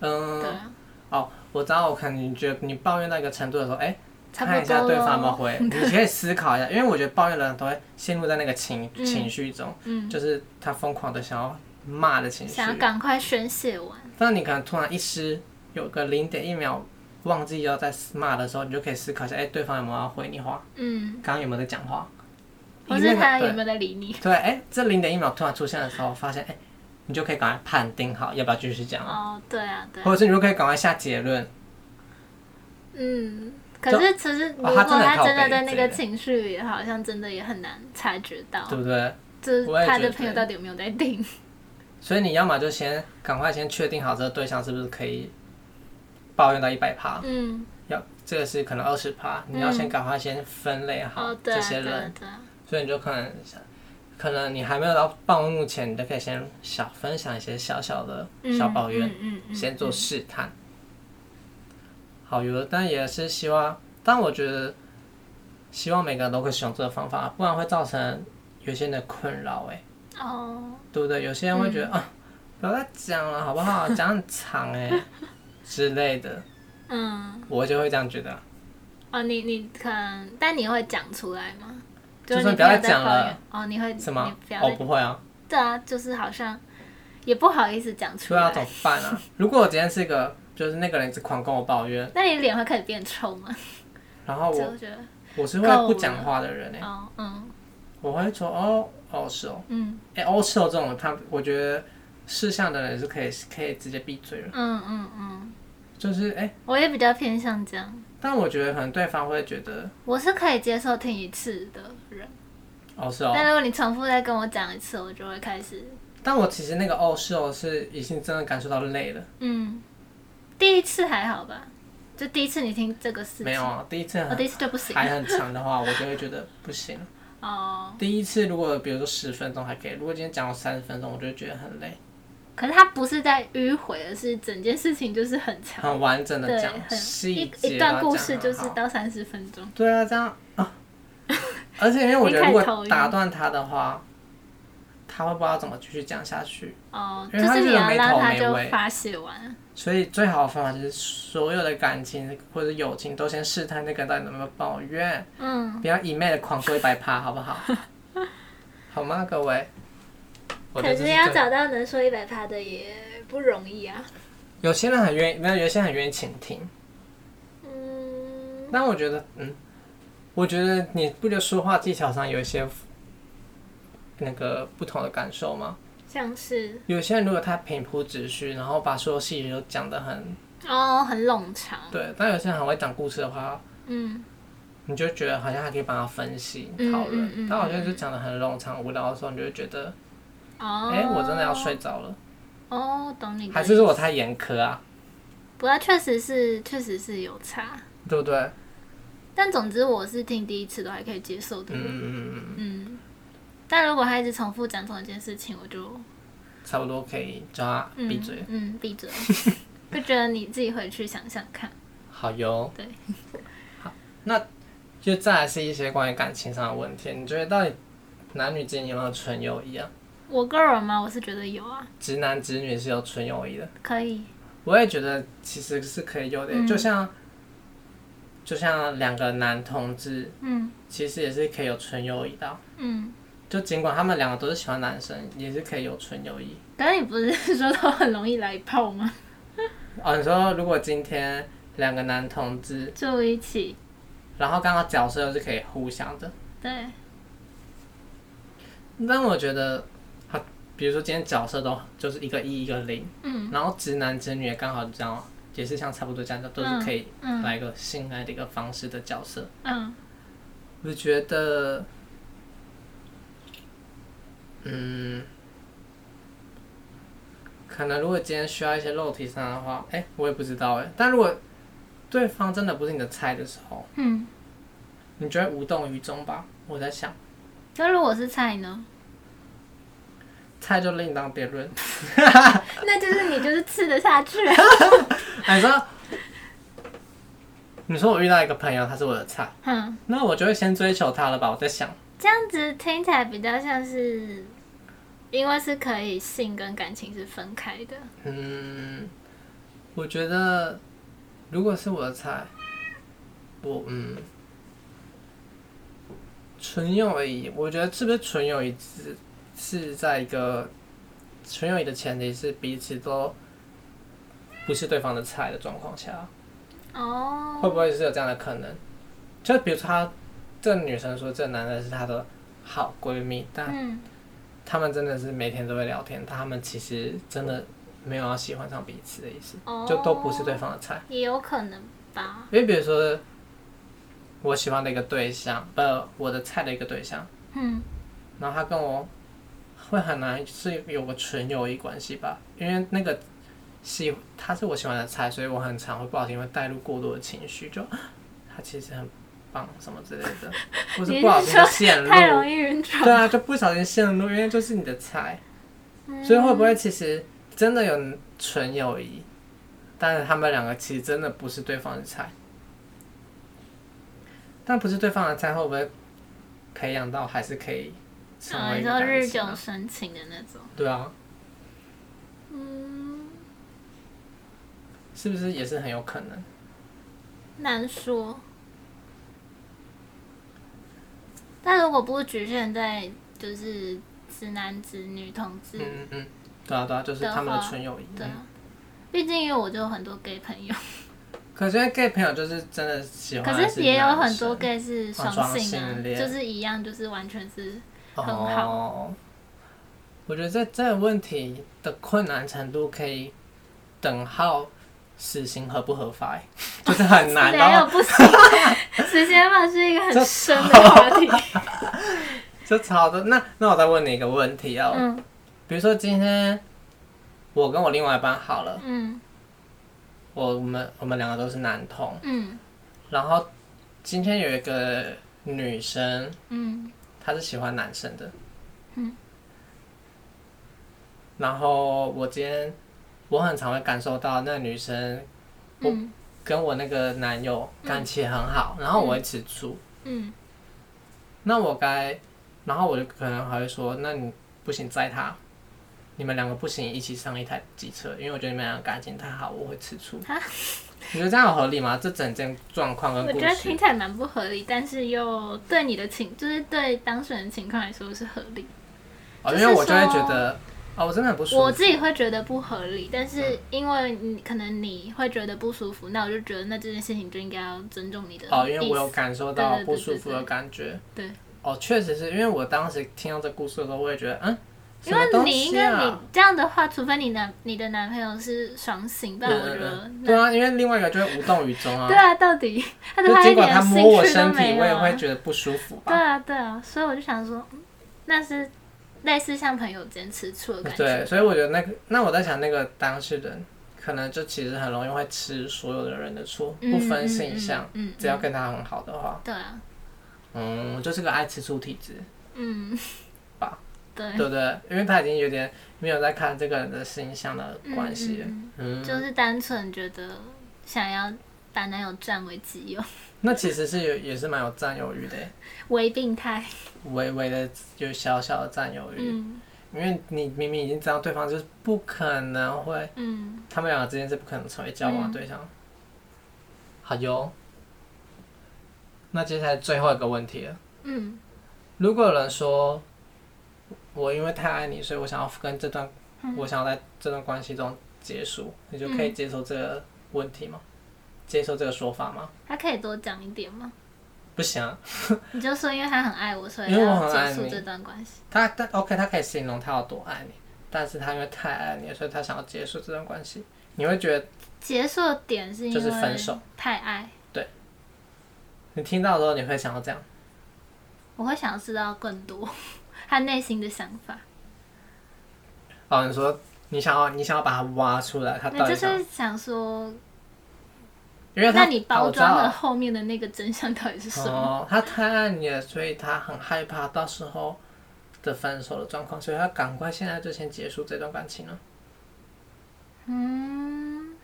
嗯对，啊，哦，我知道，我看你觉得你抱怨到一个程度的时候，哎、差看一不多下对方有没有了。回， 你可以思考一下，因为我觉得抱怨的人都会陷入在那个情、嗯情绪中，嗯，就是他疯狂的想要骂的情绪，想要赶快宣泄完，但你可能突然一失，有个零点一秒忘记要在骂的时候，你就可以思考一下，哎、对方有没有要回你话，嗯，刚刚有没有在讲话，或因为是那他个有没有在理你？对对，哎、这零点一秒突然出现的时候，发现哎、你就可以赶快判定好要不要继续讲了，哦，对啊，对啊或者是你就可以赶快下结论。嗯，可是其实如哦果他真的很他靠真的北在那这个个情绪里，好像真的也很难察觉到对，不哦对？就是我也他觉的得朋友到底有没有在 听。所以你要么就先赶快先确定好这个对象是不是可以抱怨到一百趴，嗯，要这个是可能二十趴，你要先赶快先分类好哦，对这啊，些对人，啊，对啊，所以你就可能可能你还没有到暴怒前，你就可以先小分享一些小小的嗯小抱怨，嗯嗯嗯，先做试探。好有，但也是希望，但我觉得希望每个人都可以使用这个方法，不然会造成有些人的困扰哎、哦，对不对？有些人会觉得、嗯啊，不要再讲了，好不好？讲很长哎、之类的，嗯，我就会这样觉得。哦，你你可能，但你会讲出来吗？就是说你不要再再讲抱了怨哦，你会什么你不？要哦，再，不会啊，对啊，就是好像也不好意思讲出对啊，怎来。么办啊？如果我今天是一个，就是那个人一直狂跟我抱怨，那你脸会开始变臭吗？然后我就觉得我是会不讲话的人哎、哦，嗯，我会说哦哦是哦，嗯哎、哦是哦这种他我觉得事项的人是可以可以直接闭嘴了，嗯嗯嗯，就是哎、我也比较偏向这样，但我觉得可能对方会觉得我是可以接受听一次的人，哦是哦，但如果你重复再跟我讲一次，我就会开始，但我其实那个哦是哦是已经真的感受到累了，嗯，第一次还好吧，就第一次你听这个事情，没有啊，第一次我很第一次就不行还很长的话，我就会觉得不行。哦。第一次如果比如说十分钟还可以，如果今天讲到三十分钟，我就会觉得很累，可是他不是在迂回，而是整件事情就是很长，很完整的对，讲很细一节一啊，段故讲事得就是好到三十分钟。对啊，这样啊， 而且因为我觉得如你看果头晕打断他的话，他会不知道怎么继续讲下去，哦，因就为他是这你个要没让头他没就尾发泄完。所以最好的方法就是所有的感情或者友情都先试探那个人到底能不能抱怨，嗯，不要一昧的狂说一百趴，好不 好？好吗，各位？我觉得可这是是要最找到能说一百趴的也不容易啊。有些人很愿意，没有有些人很愿意倾听，嗯，但我觉得，嗯，我觉得你不觉得说话技巧上有一些那个不同的感受吗？像是有些人如果他平铺直叙，然后把所有细节都讲得很哦，很冗长。对，但有些人很会讲故事的话，嗯，你就觉得好像还可以帮他分析嗯讨论。嗯嗯但我觉得就讲得很冗长无聊的时候，你就会觉得，哦，哎、我真的要睡着了，哦，懂你的意思。还是说我太严苛啊？不过确实是，确实是有差。对不对？但总之，我是听第一次都还可以接受的。嗯嗯嗯嗯，嗯，但如果他一直重复讲同一件事情，我就差不多可以叫他嗯闭嘴。嗯，闭嘴， 就觉得你自己回去想想看。好哟。对。好，那就再来是一些关于感情上的问题。你觉得到底男女之间有没有纯友谊啊？我个人嘛，我是觉得有啊，直男直女是有纯友谊的。可以，我也觉得其实是可以有的，嗯就像就像两个男同志，嗯其实也是可以有纯友谊的啊。嗯。就尽管他们两个都是喜欢男生，也是可以有纯友谊。可是你不是说都很容易来泡吗？哦，你说如果今天两个男同志，住一起，然后刚好角色又是可以互相的，对，但我觉得，好，比如说今天角色都就是一个一一个零，嗯然后直男直女也刚好这样，也是像差不多这样，都是可以来一个性爱的一个方式的角色。嗯，我觉得，嗯，可能如果今天需要一些肉体上的话，哎、我也不知道哎、但如果对方真的不是你的菜的时候，嗯。你就会无动于衷吧？我在想，那如果是菜呢？菜就另当别论。 那就是你就是吃得下去、哎你说，你说我遇到一个朋友，他是我的菜，嗯，那我就会先追求他了吧？我在想，这样子听起来比较像是，因为是可以性跟感情是分开的。嗯，我觉得如果是我的菜，我嗯，纯友谊，我觉得是不是纯友谊是是在一个纯友谊的前提是彼此都不是对方的菜的状况下，哦，会不会是有这样的可能？就比如说她这个女生说这个男的是她的好闺蜜，但嗯他们真的是每天都会聊天，他们其实真的没有要喜欢上彼此的意思。哦，就都不是对，方的菜。也有可能吧。因为比如说，我喜欢的一个对象，呃，我的菜的一个对象，嗯然后他跟我会很难是有个纯友谊关系吧，因为那个喜他是我喜欢的菜，所以我很常会不小心会带入过多的情绪，就啊他其实很棒什么之类的，或是你不小是心说就陷入，太容易晕嗯 船。对啊，就不小心陷入，因为就是你的菜。嗯所以会不会其实真的有纯友谊，但是他们两个其实真的不是对方的菜，但不是对方的菜，会不会培养到还是可以成啊，为一你个说感日情久啊、生情的那种。对啊，嗯，是不是也是很有可能？难说。但如果不局限在就是直男直女同志嗯嗯嗯，对啊对啊，就是他们的的话纯友谊。对嗯啊，毕竟因为我就有很多 gay 朋友，可是 gay 朋友就是真的喜欢可的男生，是也有很啊多 gay 是双双性啊性，恋就是一样，就是完全是很好哦，我觉得这这个问题的困难程度可以等号死刑合不合法 欸，就是很难。没然有后 不行，时间法是一个很这深的话 题。就吵的那那我再问你一个问题哦，嗯比如说今天我跟我另外一半好了，嗯我们我们两个都是男同，嗯然后今天有一个女生，嗯，她是喜欢男生的，嗯，然后我今天我很常会感受到那女生嗯跟我那个男友感情很好，然后我会吃醋，嗯那我该，然后我就可能还会说，那你不行载他，你们两个不行一起上一台机车，因为我觉得你们两个感情太好，我会吃醋啊。你觉得这样有合理吗？这整件状况跟我故觉得事听，起来蛮不合理，但是又对你的情，就是对当事人的情况来说是合理。哦，就因是为我就会说觉得，哦，我真的很不舒服。我自己会觉得不合理，但嗯是因为你可能你会觉得不舒服，那我就觉得那这件事情就应该要尊重你的意思。哦，因为我有感受到对对对不舒服对对的感觉。对。哦，确实是因为我当时听到这故事的时候，我也觉得，嗯，因什么为东你西应该啊你这样的话，除非你男你的男朋友是双性，不然我觉得嗯嗯嗯那、对啊，因为另外一个就会无动于衷啊。对啊，到 底他对就尽一管他点兴摸我趣都身没体，有、我也啊会。觉得不舒服对吧。啊，对啊，所以我就想说，嗯那是类似像朋友间吃醋的感对，觉。所以我觉得那个，那我在想那个当事人，可能就其实很容易会吃所有的人的醋，嗯不分性向，，嗯，嗯只要跟他很好的话，对啊，嗯，我就是个爱吃醋体质，嗯，吧，对，对不对？因为他已经有点没有在看这个人的性向的关系了，嗯嗯，就是单纯觉得想要把男友占为己有，那其实是有也是蛮有占有欲的，为病态。微微的有小小的占有欲，嗯因为你明明已经知道对方就是不可能会。嗯，他们两个之间是不可能成为交往的对象。好哟，那接下来最后一个问题了。嗯如果有人说，我因为太爱你，所以我想要跟这段，嗯我想要在这段关系中结束，你就可以接受这个问题吗？接受这个说法吗？他可以多讲一点吗？不行、啊，你就说，因为他很爱我，所以因为我要很爱结束你这段关系。他但 OK，他可以形容他有多爱你，但是他因为太爱你，所以他想要结束这段关系。你会觉得结束的点是因就是分为手太爱，你听到的时候，你会想要这样？我会想要知道更多他内心的想法。啊哦，你说你想要你想要把它挖出来，他到那底就想是想说，因为他那你包装我知的道后面的那个真相到底是什么？哦，他太爱你了，所以他很害怕到时候的分手的状况，所以他赶快现在就先结束这段感情了。嗯，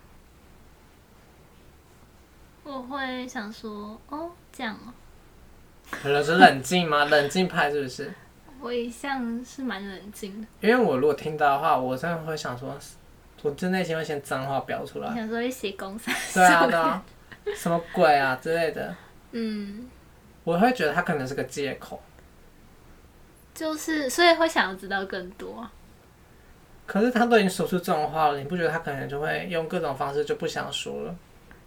我会想说，哦，这样哦。可能是冷静 吗？冷静派是不是？我一向是蛮冷静的，因为我如果听到的话，我真的会想说，我真内心会先脏话飙出我 来。想说一起攻三小啊对啊，对啊，什么鬼啊之类的，嗯，我会觉得他可能是个借口。就是所以会想要知道更多。可是他都已经说出这种话了，你不觉得他可能就会用各种方式就不想说了？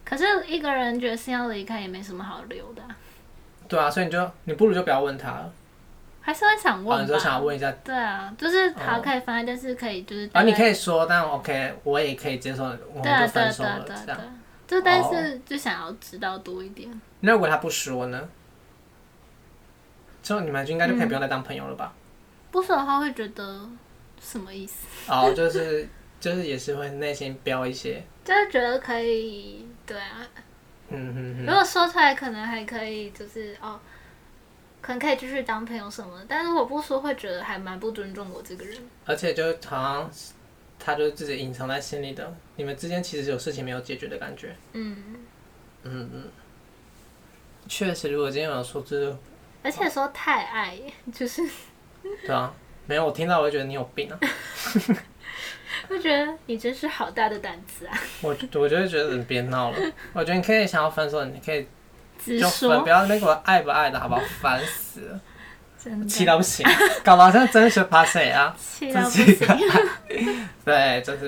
可是一个人决心要离开也没什么好留的啊、对啊，所以你就你不如就不要问他了。还是会想啊，你问吧。就想要问一下对啊，就是好哦可以放在，但是可以就是大啊，概你可以说，但 OK，我也可以接受，我对们啊就对分啊手对啊了对啊这对样。啊，就但是就想要知道多一点。那如果他不说呢？就你们就应该就可以不嗯用再当朋友了吧？不说的话会觉得嗯什么意思？哦，就是就是也是会内心飙一些，就是觉得可以，对啊，嗯哼如哼，果说出来，可能还可以，就是哦，可能可以继续当朋友什么的。但如果不说，会觉得还蛮不尊重我这个人。而且就好像是他就自己隐藏在心里的，你们之间其实有事情没有解决的感觉。嗯，嗯嗯，确实，如果今天有人说就是而且说太爱，就是 对啊，没有我听到我就觉得你有病啊，会觉得你真是好大的胆子啊！我我就会觉得你别闹了，我觉得你可以想要分手，你可以直就分，说不，要那个爱不爱的， 好不好？烦死了，真的气到不行，搞 得好像真是怕谁啊？ 气到不自己行。对，就是，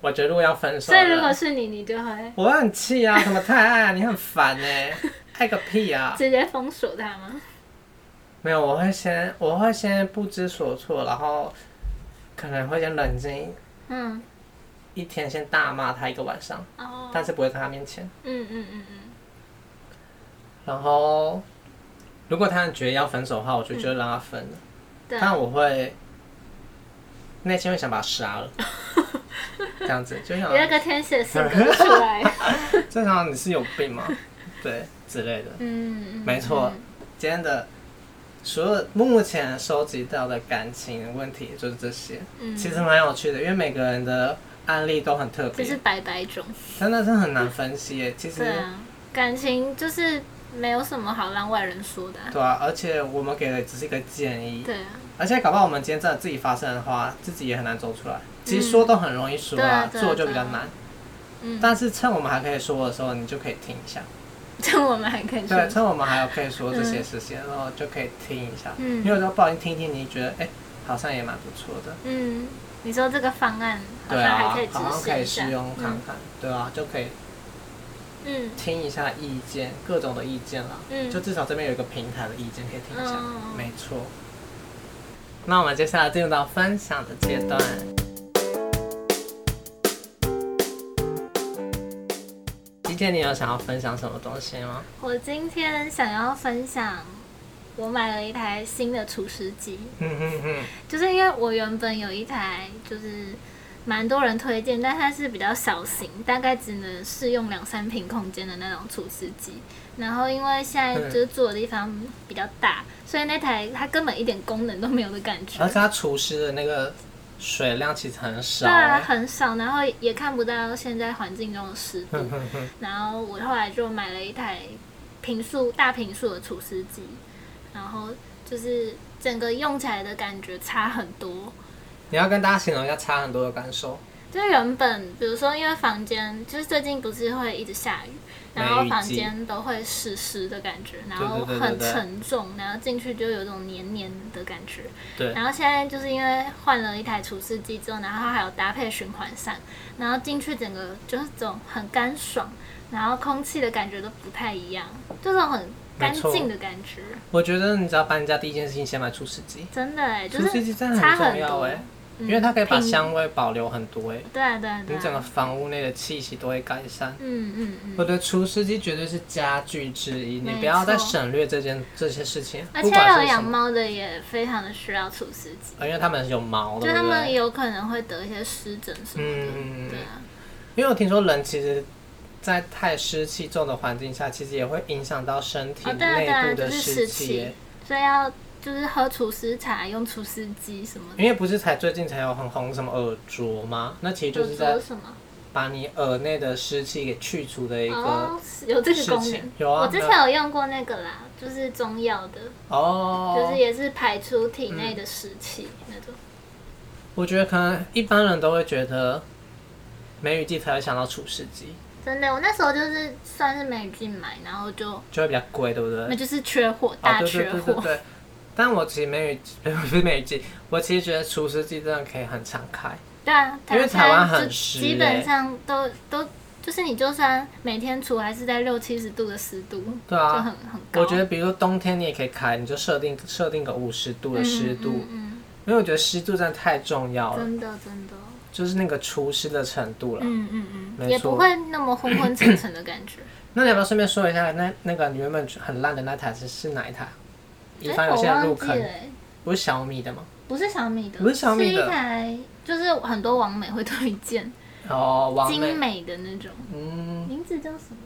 我我觉得如果要分手所了，以如果是你，你就会我会很气啊，什么太爱啊，你很烦呢、爱个屁啊！直接封锁他吗？没有，我会先我会先不知所措，然后可能会先冷静嗯，一天，先大骂他一个晚上，哦，但是不会在他面前。嗯嗯嗯嗯，然后如果他觉得要分手的话，我就就让他分了，对，啊但我会内心会想把他杀 了，这样子就想你那个天蝎性格出 来，正常你是有病 吗？对之类的。嗯，嗯没错，今天的所有目前收集到的感情问题就是这些，嗯，其实蛮有趣的，因为每个人的案例都很特这是别，百百种，真的是很难分析耶。其实对啊，感情就是没有什么好让外人说的啊、对啊，而且我们给的只是一个建议，对啊，而且搞不好我们今天真的自己发生的话，自己也很难走出来。其实说都很容易说啊，嗯对啊对啊做就比较难。嗯，但是趁我们还可以说的时候，你就可以听一下。 这我们还可以说，对，趁我们还有可以说这些事情，然后就可以听一下。嗯因为有时候不小心听一听，你觉得哎、好像也蛮不错的。嗯，你说这个方案好对像啊还可以，好像可执行以一下试，用看看，对啊，就可以嗯听一下意见，各种的意见啦，嗯就至少这边有一个平台的意见可以听一下，嗯没错。那我们接下来进入到分享的阶段。今天你有想要分享什么东西吗？我今天想要分享，我买了一台新的除湿机，嗯嗯嗯，就是因为我原本有一台就是蛮多人推荐，但它是比较小型，大概只能适用两三平空间的那种除湿机。然后因为现在就是住的地方比较大，所以那台它根本一点功能都没有的感觉而。且它厨师的那个水量其实很少、对啊，欸。很少，然后也看不到现在环境中的湿度。嗯嗯嗯然后我后来就买了一台平数大平数的除湿机，然后就是整个用起来的感觉差很多。你要跟大家形容一下差很多的感受。就是原本，比如说，因为房间就是最近不是会一直下雨，梅雨然后房季间都会湿湿的感觉，然对后对对很对沉重，然后进去就有一种黏黏的感觉。对然后现在就是因为换了一台除湿机之后，然后还有搭配循环扇，然后进去整个就是这种很干爽，然后空气的感觉都不太一样，这种很干没错净的感觉，我觉得你只要搬家第一件事情先买除湿机。真的哎，就除湿机是真的差很重很要多哎、，因为它可以把平香味保留很多哎、对啊对啊对你整个啊，房屋内的气息都会改善。嗯嗯嗯，我觉得除湿机绝对是家具之一，你没不要再错省略这件这些事情，而不且管有是什养么，猫的也非常的需要除湿机，呃因为他们有毛，就对他不们对？有可能会得一些湿疹什么的，嗯对啊，因为我听说人其实，在太湿气重的环境下，其实也会影响到身体哦对啊对内啊，部就的是湿湿气、气欸。，所以要就是喝除湿茶，用除湿机什么的，因为不是才最近才有很红什么耳浊吗？那其实就是在有做什么？把你耳内的湿气给去除的一个哦，有这个事功能情。有啊我之前有用过那个啦，就是中药的，哦，就是也是排出体内的湿气那种。我觉得可能一般人都会觉得梅雨季才会想到除湿机，真的，我那时候就是算是没进买，然后就就会比较贵，对不对？哦那就是缺货，哦、大对缺对对对货。 对。但我其实梅雨 不是梅雨季，我其实觉得除湿机真的可以很常开。对啊，因为台湾很就湿基欸本上都都就是你就算每天除还是在六七十度的湿度，对就啊，很很高。我觉得比如说冬天你也可以开，你就设定设定个五十度的湿度，啊嗯，嗯因为我觉得湿度真的太重要嗯了，真的真的，就是那个除湿的程度了。嗯嗯没嗯，错也不会那么昏昏沉沉的感觉。那你要不要顺便说一下，那那个你原本很烂的那台是是哪一台？以哎防有我些人入忘记坑了，，欸不是小米的吗？不是小米的，不是小米的是一台就是很多网美会推荐哦，王美精，美的那种，嗯，名字叫什么？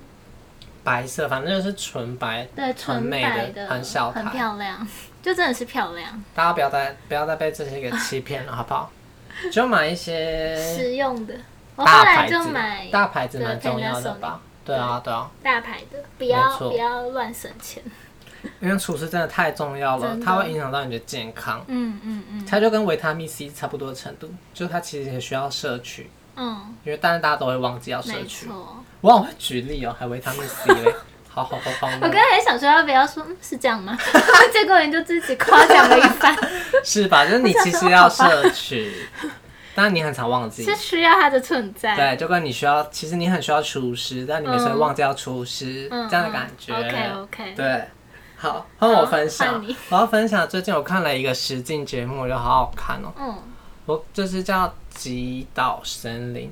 白色，反正就是纯白，对，纯纯美白的，的，很小很台。漂亮，就真的是漂亮，大家不要再不要再被这些给欺骗了，好不 好？就买一些实用的。我后哎大来牌子就的，买大牌子蛮重要的吧？对啊，对啊，大牌的，不没要错不要乱省钱。因为厨师真的太重要了，真的它会影响到你的健康。嗯嗯嗯它就跟维他命 C 差不多的程度，就是它其实也需要摄取，嗯，因为但是大家都会忘记要摄没取。嗯错。我好会举例哦，还维他命 C 嘞， 好好好好，我刚才还想说要不要说嗯是这样吗？ 结果你就自己夸奖了一番。 是吧？就是你其实要摄取，但你很常忘记是，需要它的存在。对，就跟你需要，其实你很需要厨师，但你每次会嗯忘记要厨师、嗯，这样的感觉。 OK OK，对，好，换我分换享你。我要分享最近我看了一个实境节目，我觉得好好看哦。嗯我就是叫《极岛森林》，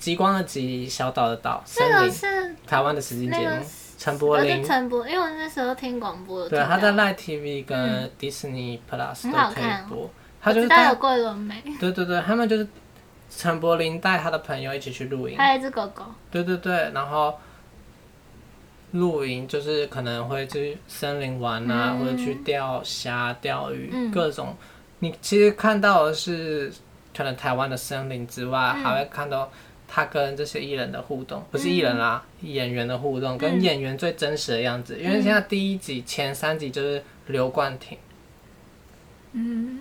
极光的极，小岛的岛，森这个林，是台湾的实境那节个目是，陈柏我霖是。呃陈柏，因为我那时候听广播有听对，到，他在 Live TV 跟 Disney Plus 嗯很都好可看以哦播。我他就知是道带有，桂纶镁，对对对，他们就是陈柏霖带他的朋友一起去露营，还有一只狗狗，对对对，然后露营就是可能会去森林玩啊，嗯或者去钓虾、钓鱼，嗯各种。你其实看到的是可能台湾的森林之外，嗯还会看到他跟这些艺人的互动，不是艺人啦、嗯演员的互动，跟演员最真实的样子。因为现在第一集前三集就是刘冠廷，嗯，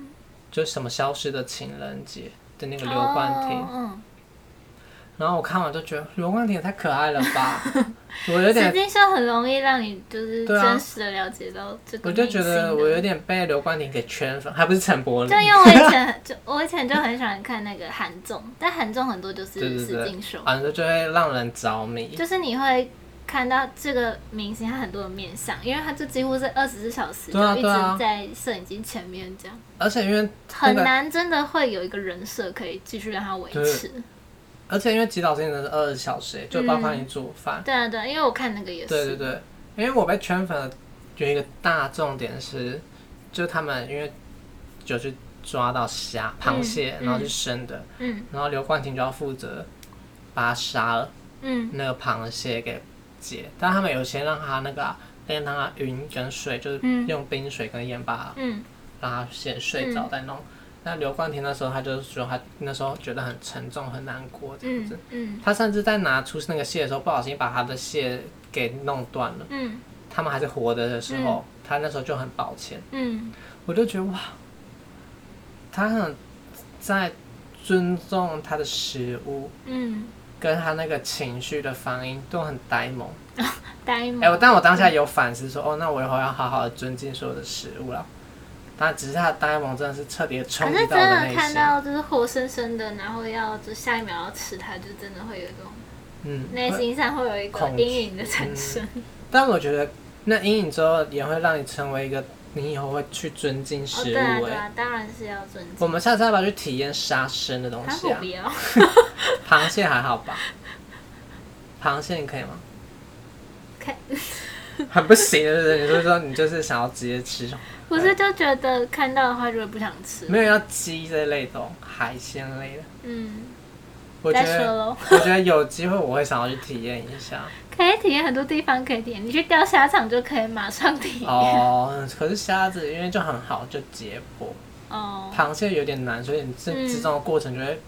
就是什么消失的情人节的那个刘冠廷。哦嗯，然后我看完就觉得刘冠廷也太可爱了 吧，我有点实境秀很容易让你就是对啊真实的了解到这个我明星就觉的。得我有点被刘冠廷给圈粉， 还不是陈柏霖就。因为我以前就 我以前就很喜欢看那个韩综，但韩综很多就对是对实对境，秀，反正就会让人着迷。就是你会看到这个明星他很多的面相，因为他就几乎是二十四小时对啊就一对啊直在摄影机前面这样，而且因为那很个，难真的会有一个人设可以继续让他维持。而且因为吉岛真的是二十小时，就包括你煮饭。对啊对啊，因为我看那个也是，对对对，因为我被圈粉的有一个大重点是，就他们因为就去抓到虾、螃蟹，嗯然后去生的，嗯然后刘冠廷就要负责把它杀了嗯那个螃蟹给解，但他们有些让它那个啊、先让它匀跟水，就是嗯用冰水跟盐把它嗯，让他先睡着再弄。那刘冠廷那时候他就说他那时候觉得很沉重很难过这样子，嗯嗯他甚至在拿出那个蟹的时候不小心把他的蟹给弄断了。嗯他们还是活着的时候，他那时候就很抱歉，嗯，我就觉得哇，他很在尊重他的食物。嗯，跟他那个情绪的反应都很呆萌，呆哎、我萌，但我当下有反思说，哦，那我以后要好好的尊敬所有的食物啦。但只是他的呆萌真的是彻底的冲可击是真到我的的内看心。到就是活生生的，然后要就下一秒要吃它，就真的会有一种嗯，内会心上会有一个恐惧阴影的产生。但我觉得那阴影之后也会让你成为一个，你以后会去尊敬哦，食对啊，物、对欸。啊，当然是要尊我重。们下次要不要去体验杀生的东他西不啊必？要，螃蟹还好吧？螃蟹你可以吗？ 可以很不行，对不对？你就是说你就是想要直接吃， 我是就觉得看到的话就会不想吃。没有要鸡这类的哦海鲜类的。嗯，我觉再说得，喽，我觉得有机会我会想要去体验一下。可以体验很多地方可以体验，你去钓虾场就可以马上体验。哦，可是虾子因为就很好就解剖，哦，螃蟹有点难，所以你这嗯制造的过程就会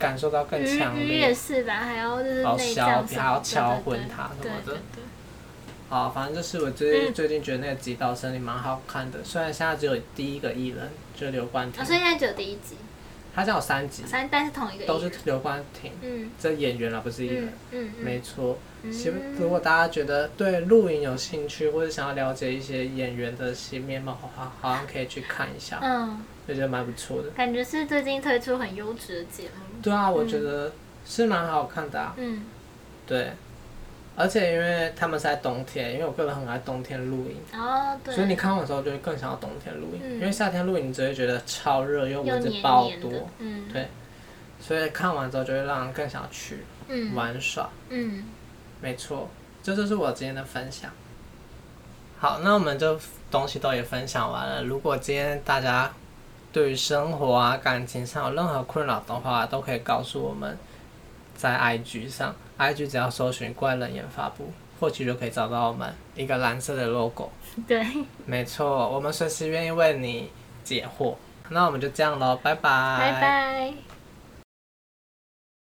感受到更鱼强鱼烈嗯也。是吧，还要就是哦削内脏皮什么的还要敲对对昏它对什么的对对好，哦反正就是我最、嗯最近觉得那个《极道森林》蛮好看的，虽然现在只有第一个艺人，就是刘冠哦，所廷，以现在只有第一集，他叫有三集，三但是同一个都是艺人刘冠廷嗯这演员啦，不是艺人嗯，嗯嗯没错。希嗯如果大家觉得对露营有兴趣，或者想要了解一些演员的新面貌的话，好像可以去看一下，嗯，我觉得蛮不错的。感觉是最近推出很优质的节目。对啊，我觉得是蛮好看的啊。嗯，对，而且因为他们是在冬天，因为我个人很爱冬天露营。哦对，所以你看完的时候就会更想要冬天露营，嗯因为夏天露营你只会觉得超热又又蚊子黏爆黏多，的，嗯所以看完之后就会让人更想去嗯玩耍。嗯，没错，这就是我今天的分享。好，那我们就东西都也分享完了。如果今天大家对于生活啊、感情上有任何困扰的话，都可以告诉我们，在 IG 上，IG 只要搜寻“怪人研发部”，或许就可以找到我们一个蓝色的 logo。对，没错，我们随时愿意为你解惑。那我们就这样喽，拜拜。拜拜。